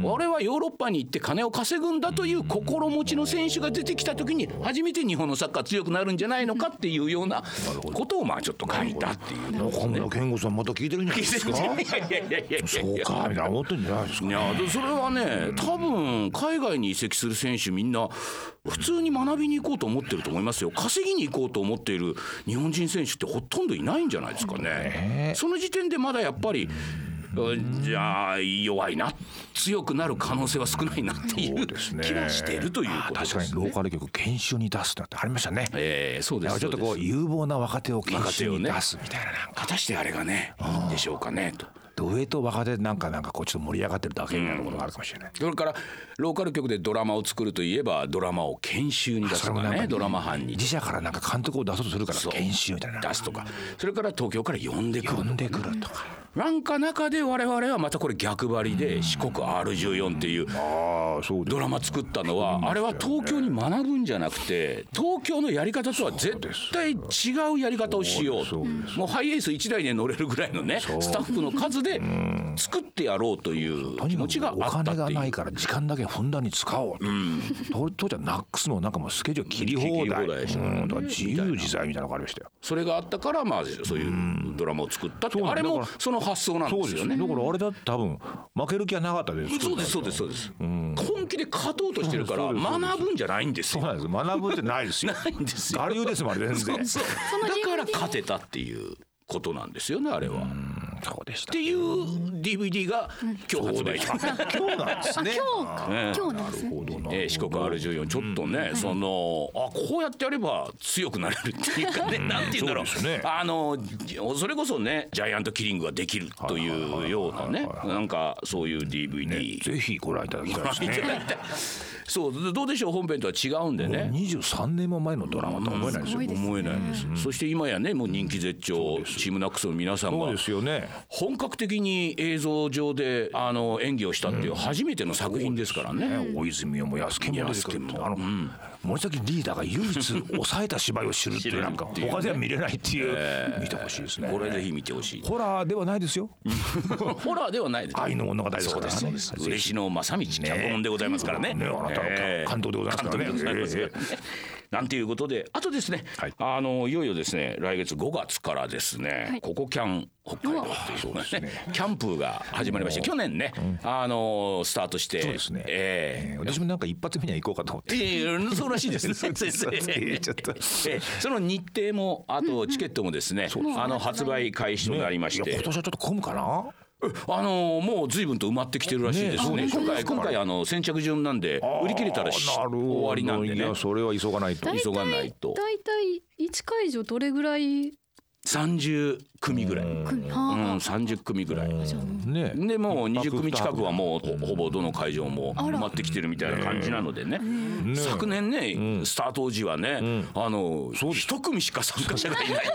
[SPEAKER 1] 俺はヨーロッパに行って金を稼ぐんだという心持ちの選手が出てきた時に初めて日本のサッカー強くなるんじゃないのかっていうようなことをまあちょっと書いたっていう。
[SPEAKER 2] 中村健吾さんまた聞いてるんじゃないですか。
[SPEAKER 1] いやいやいやいや
[SPEAKER 2] そうかみたいな思ってんじゃないですか
[SPEAKER 1] い。やでそれはね多分海外に移籍する選手みんな普通に学びに行こうと思ってると思いますよ稼ぎに行こうと思っている日本人選手ってほとんどいないんじゃないですかね。その時点でまだやっぱりうんじゃあ弱いな強くなる可能性は少ないなっていう
[SPEAKER 2] です
[SPEAKER 1] 気はしてるという
[SPEAKER 2] あ
[SPEAKER 1] ことです
[SPEAKER 2] 確かにローカル局研修に出すなんてありましたね。
[SPEAKER 1] ええそうで
[SPEAKER 2] なん
[SPEAKER 1] す
[SPEAKER 2] かちょっとこ
[SPEAKER 1] そう
[SPEAKER 2] う
[SPEAKER 1] です
[SPEAKER 2] 有望な若手を研修に
[SPEAKER 1] 若手をね
[SPEAKER 2] 出すみたいななんか。
[SPEAKER 1] 果たしてあれがねいいんでしょうかねと。
[SPEAKER 2] で上と若手なんかなんかこうちょっと盛り上がってるだけみたいなことがあるかもしれない。
[SPEAKER 1] それからローカル局でドラマを作るといえばドラマを研修に出すとか
[SPEAKER 2] それもな
[SPEAKER 1] ね
[SPEAKER 2] んか
[SPEAKER 1] ドラマ班に
[SPEAKER 2] 自社からなんか監督を出そうとするから
[SPEAKER 1] そう
[SPEAKER 2] 研修みたいな。
[SPEAKER 1] 出すとかそれから東京から呼んでく
[SPEAKER 2] 呼
[SPEAKER 1] る
[SPEAKER 2] んでくるとか。
[SPEAKER 1] なんか中で我々はまたこれ逆張りで四国 R14 っていう
[SPEAKER 2] ああそう
[SPEAKER 1] ドラマ作ったのはあれは東京に学ぶんじゃなくて東京のやり方とは絶対違うやり方をしようともうハイエース1台で乗れるぐらいのねスタッフの数で作ってやろうという
[SPEAKER 2] と
[SPEAKER 1] 気
[SPEAKER 2] に
[SPEAKER 1] 持ちが
[SPEAKER 2] かくお
[SPEAKER 1] あったっ
[SPEAKER 2] 金が
[SPEAKER 1] て。
[SPEAKER 2] ないいうから時間だけふんだんに使おうと、と当時はナックスのなんかもうスケジュール切り放
[SPEAKER 1] 切り
[SPEAKER 2] 題
[SPEAKER 1] 放題でしょ
[SPEAKER 2] うん、だから自由自在みたいなのがありましたよ
[SPEAKER 1] それがあったからまあそういうドラマを作ったって
[SPEAKER 2] そうなん
[SPEAKER 1] あ
[SPEAKER 2] だ
[SPEAKER 1] れ
[SPEAKER 2] だ
[SPEAKER 1] も
[SPEAKER 2] から
[SPEAKER 1] その発想なんですよね
[SPEAKER 2] だからあれだって多分負ける気はなかったです
[SPEAKER 1] そうですそうですそうです本気で勝とうとしてるから
[SPEAKER 2] そうですそうです
[SPEAKER 1] 学ぶんじゃないんです
[SPEAKER 2] そう
[SPEAKER 1] よ
[SPEAKER 2] なんです学ぶってないです よ
[SPEAKER 1] ないんですよ
[SPEAKER 2] 我流ですもんあれ全然
[SPEAKER 1] そうだから勝てたっていうことなんですよねあれは。っ
[SPEAKER 2] そうでした
[SPEAKER 1] ていう DVD が今日発売された
[SPEAKER 2] 今日なんですね
[SPEAKER 3] 今日か、
[SPEAKER 1] ね
[SPEAKER 3] 今日なんですね
[SPEAKER 2] 今日
[SPEAKER 1] えー四国 R14 ちょっとね、そのあこうやってやれば強くなれるっていうかね、なんて言うんだろう
[SPEAKER 2] そうですね
[SPEAKER 1] あのじそれこそねジャイアントキリングができるというようなねなんかそういう DVD、
[SPEAKER 2] ぜひご覧いただきたいです
[SPEAKER 1] 見ていただ
[SPEAKER 2] ね
[SPEAKER 1] きたい そうどうでしょう本編とは違うんでね。
[SPEAKER 2] 23年も前のドラマとは思えないですよ、
[SPEAKER 3] ごいですね
[SPEAKER 1] 思えないです、そして今やねもう人気絶頂チームナックスの皆さん
[SPEAKER 2] そう
[SPEAKER 1] が
[SPEAKER 2] ですよね
[SPEAKER 1] 本格的に映像上であの演技をしたっていう初めての作品ですからね。
[SPEAKER 2] 大泉洋も安健もですけどあの、森崎リーダーが唯一抑えた芝居を知るっていうなんか
[SPEAKER 1] 知るっていうね
[SPEAKER 2] 他では見れないっていう、見てほしいですね
[SPEAKER 1] これぜひ見てほしい。
[SPEAKER 2] ホラーではないですよ
[SPEAKER 1] ホラーではないです。
[SPEAKER 2] 愛の物語です
[SPEAKER 1] そ
[SPEAKER 2] か
[SPEAKER 1] うで
[SPEAKER 2] ら
[SPEAKER 1] すそう
[SPEAKER 2] ね
[SPEAKER 1] です。嬉野正道脚本でございますからね。
[SPEAKER 2] ねあなたは
[SPEAKER 1] ええ
[SPEAKER 2] 監督でございますから
[SPEAKER 1] 監督
[SPEAKER 2] ね
[SPEAKER 1] でございますからねなんていうことで、あとですね、
[SPEAKER 2] はい
[SPEAKER 1] あのいよいよですね、来月5月からですね、
[SPEAKER 3] はい
[SPEAKER 1] ここキャン北海道っていう
[SPEAKER 2] わそう
[SPEAKER 1] ね
[SPEAKER 2] で
[SPEAKER 1] キャンプが始まりまして、去年ね、あのスタートして、
[SPEAKER 2] そうですね
[SPEAKER 1] ええ
[SPEAKER 2] えー私もなんか一発目には行こうかと思って
[SPEAKER 1] いやい やそうらしいですね先生
[SPEAKER 2] そうですちょっと
[SPEAKER 1] ええその日程もあとチケットもですね、あの発売開始となりまし
[SPEAKER 2] いや
[SPEAKER 1] て、
[SPEAKER 2] 今年はちょっと混むかな
[SPEAKER 1] あのもう随分と埋まってきてるらしいですね
[SPEAKER 2] ね
[SPEAKER 1] 今回今回あの先着順なんで売り切れたらし
[SPEAKER 2] あーなるほど
[SPEAKER 1] 終わりなんで
[SPEAKER 2] い
[SPEAKER 1] ね
[SPEAKER 2] やそれは急がないと
[SPEAKER 1] 急がないと
[SPEAKER 3] 大体一会場どれぐらい
[SPEAKER 1] 30組ぐらい、うん、
[SPEAKER 3] 組は
[SPEAKER 1] 30組ぐらい。
[SPEAKER 2] ね
[SPEAKER 1] でもう20組近くはもうほほぼどの会場も
[SPEAKER 3] あら
[SPEAKER 1] 埋まってきてるみたいな感じなのでね
[SPEAKER 2] ね
[SPEAKER 1] 昨年ね、スタート時はね、あの一組しか参加者がいないっ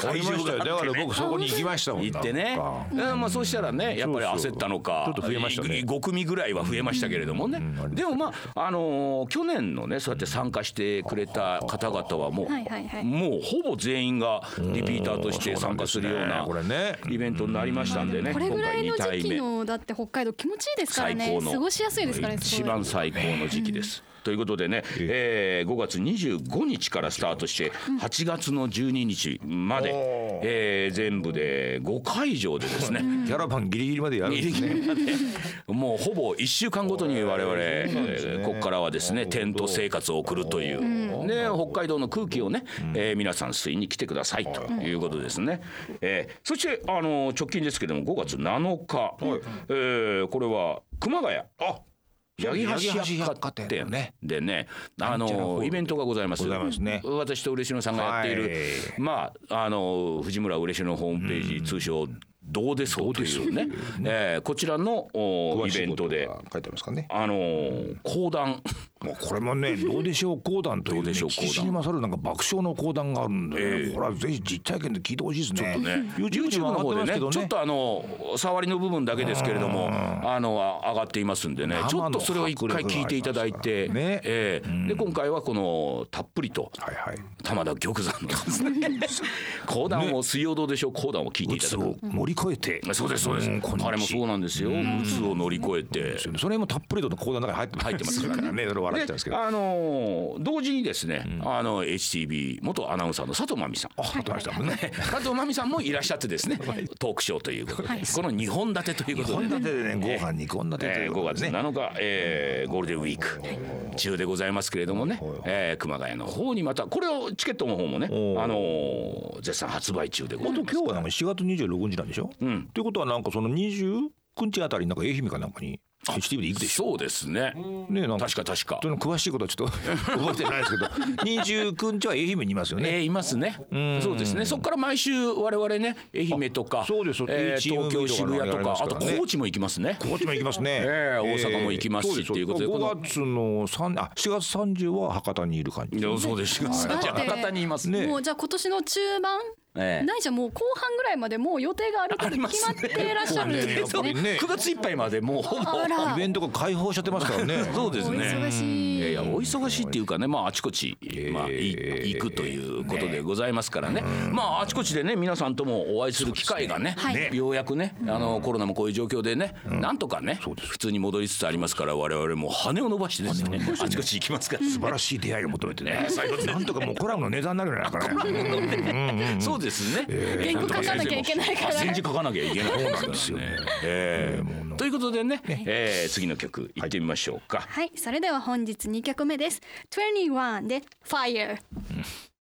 [SPEAKER 1] ていう会場があって、ね、
[SPEAKER 2] だから僕そこに行きましたもん
[SPEAKER 1] 行ってね
[SPEAKER 2] なんか、
[SPEAKER 1] うんまあ、そうしたらねやっぱり焦ったのか
[SPEAKER 2] そうちょっと増えましたね
[SPEAKER 1] 5組ぐらいは増えましたけれどもね、でもまあ、あのー去年のねそうやって参加してくれた方々はもう、
[SPEAKER 3] はいはいはい
[SPEAKER 1] もうほぼ全員がリピーターとして参加するような
[SPEAKER 2] そうなんですねこれね
[SPEAKER 1] イベントになりましたんでね、
[SPEAKER 3] これぐらいの時期
[SPEAKER 1] 目
[SPEAKER 3] のだって北海道気持ちいいですからね
[SPEAKER 1] 最高の
[SPEAKER 3] 過ごしやすいですからねす
[SPEAKER 1] 一
[SPEAKER 3] ごい
[SPEAKER 1] 番最高の時期です。ということでね、えー5月25日からスタートして8月の12日まで、えー全部で5会場でですね、
[SPEAKER 2] キャラバンギリギリまでやるん
[SPEAKER 1] ギ
[SPEAKER 2] で
[SPEAKER 1] リ
[SPEAKER 2] す
[SPEAKER 1] ギ
[SPEAKER 2] ね
[SPEAKER 1] リまでもうほぼ1週間ごとに我々、えーここからはですねテント生活を送るという、で北海道の空気をね、えー皆さん吸いに来てくださいということですね、えーそして、あのー直近ですけども5月7日、えーこれは熊谷八木橋百貨店
[SPEAKER 2] ね。
[SPEAKER 1] でね、あ
[SPEAKER 2] なんちゃらホ
[SPEAKER 1] の
[SPEAKER 2] ールで
[SPEAKER 1] イベントがございます。
[SPEAKER 2] ございますね
[SPEAKER 1] 私と嬉野さんがやっている、
[SPEAKER 2] はい
[SPEAKER 1] まああの藤村嬉野のホームページ、通称どうですというね、えーこちらのお
[SPEAKER 2] 詳
[SPEAKER 1] イ
[SPEAKER 2] し
[SPEAKER 1] ベ
[SPEAKER 2] い
[SPEAKER 1] ン
[SPEAKER 2] こ
[SPEAKER 1] ト
[SPEAKER 2] と
[SPEAKER 1] で
[SPEAKER 2] が。書いてありますかね。
[SPEAKER 1] あのー講 談
[SPEAKER 2] もうこれもね、どうでしょう講談という、
[SPEAKER 1] ど
[SPEAKER 2] ね、
[SPEAKER 1] うでしょう講談
[SPEAKER 2] 聞きに勝るなんか爆笑の講談があるんで、
[SPEAKER 1] ええ
[SPEAKER 2] これはぜひ実体験で聞いてほしいですね。ちょっ
[SPEAKER 1] ね
[SPEAKER 2] YouTube
[SPEAKER 1] YouTube の方でね
[SPEAKER 2] 上がってますけどね
[SPEAKER 1] ちょっとあの触りの部分だけですけれどもあのあ上がっていますんでね
[SPEAKER 2] 生の
[SPEAKER 1] ちょっとそれを一回聞いていただいて、
[SPEAKER 2] 迫力
[SPEAKER 1] え
[SPEAKER 2] がありますからね
[SPEAKER 1] えで今回はこのたっぷりと
[SPEAKER 2] はいはい。
[SPEAKER 1] 玉田玉山のです ね講談を水曜どうでしょう講談を聞いていた
[SPEAKER 2] 鬱
[SPEAKER 1] だ
[SPEAKER 2] を
[SPEAKER 1] く
[SPEAKER 2] 乗り越えて。
[SPEAKER 1] そうですそうです
[SPEAKER 2] んこんにちは
[SPEAKER 1] 彼もそうなんですよ鬱を乗り越えて
[SPEAKER 2] それもたっぷりと講談の中に 入ってます
[SPEAKER 1] 入
[SPEAKER 2] か
[SPEAKER 1] ってます
[SPEAKER 2] らね。それ笑っちゃうんですけ
[SPEAKER 1] で
[SPEAKER 2] ど。
[SPEAKER 1] あのー同時にですね、あの HTB 元アナウンサーの佐藤真美さん
[SPEAKER 2] あ、入ってましたも んね。
[SPEAKER 1] 加藤真美さんもいらっしゃって ですね、トークショーということで、この2本立てということ
[SPEAKER 2] こ
[SPEAKER 1] で
[SPEAKER 2] ん。な手でね、ご飯にこんな手
[SPEAKER 1] え
[SPEAKER 2] で
[SPEAKER 1] ー5月
[SPEAKER 2] ね。
[SPEAKER 1] 7日、えーゴールデンウィーク中でございますけれどもね、えー熊谷の方にまたこれをチケットの方もね、
[SPEAKER 2] おー
[SPEAKER 1] あのー絶賛発売中でござい
[SPEAKER 2] 本当
[SPEAKER 1] ます。
[SPEAKER 2] 今日はなんか4月26日なんでしょ。
[SPEAKER 1] うん
[SPEAKER 2] ということはなんかその29日あたりなんか愛媛かなんかに HTV で行くでしょ。
[SPEAKER 1] そうですね
[SPEAKER 2] ねなんか
[SPEAKER 1] 確か確か
[SPEAKER 2] そ、の詳しいことはちょっと 覚えてないですけど、29日は愛媛にいますよね。
[SPEAKER 1] えーいますね
[SPEAKER 2] ん
[SPEAKER 1] そうですねそこから毎週我々ね愛媛とか
[SPEAKER 2] あそうですそうです
[SPEAKER 1] えー東京
[SPEAKER 2] TVB
[SPEAKER 1] 渋谷と
[SPEAKER 2] とか
[SPEAKER 1] か
[SPEAKER 2] ね
[SPEAKER 1] あと高知も行きますね
[SPEAKER 2] 高知も行きますね。
[SPEAKER 1] ええ大阪も行きますし
[SPEAKER 2] そです
[SPEAKER 1] っていうことで
[SPEAKER 2] そ
[SPEAKER 1] この
[SPEAKER 2] 5月の三あ4月30は博多にいる感じ。
[SPEAKER 1] いや そうですよじゃあ
[SPEAKER 3] だって
[SPEAKER 1] 博多にいますね
[SPEAKER 3] もうじゃあ今年の中盤、
[SPEAKER 1] ええ
[SPEAKER 3] ないじゃもう後半ぐらいまでもう予定がある程度決まってらっしゃる んです
[SPEAKER 2] そうね
[SPEAKER 3] ね。
[SPEAKER 2] ね
[SPEAKER 1] 9月いっぱいまでもうほぼ
[SPEAKER 3] あら、
[SPEAKER 2] イベントが開放しちゃってますか らね。
[SPEAKER 1] そうです
[SPEAKER 3] お
[SPEAKER 1] ね
[SPEAKER 3] 忙しい。
[SPEAKER 1] いやいやお忙しいっていうかね、まあ、あちこち、まあ、い行くということでございますからねまああちこちでね皆さんともお会いする機会がね
[SPEAKER 3] そうですねはい
[SPEAKER 1] ようやくねあのコロナもこういう状況でね、なんとかね普通に戻りつつありますから我々も羽を伸ばしてですねあちこち行きますから。
[SPEAKER 2] 素晴らしい出会いを求めてね。なんとかもうコラムの値段になるようになるからね。
[SPEAKER 1] そうですね。
[SPEAKER 3] 原稿書かなきゃいけないから
[SPEAKER 1] あ返事書かなきゃいけない。 そうなんですよね。ええということでね、えー次の曲行ってみましょうか。
[SPEAKER 3] はい、それでは本日2曲目です。21で Fire。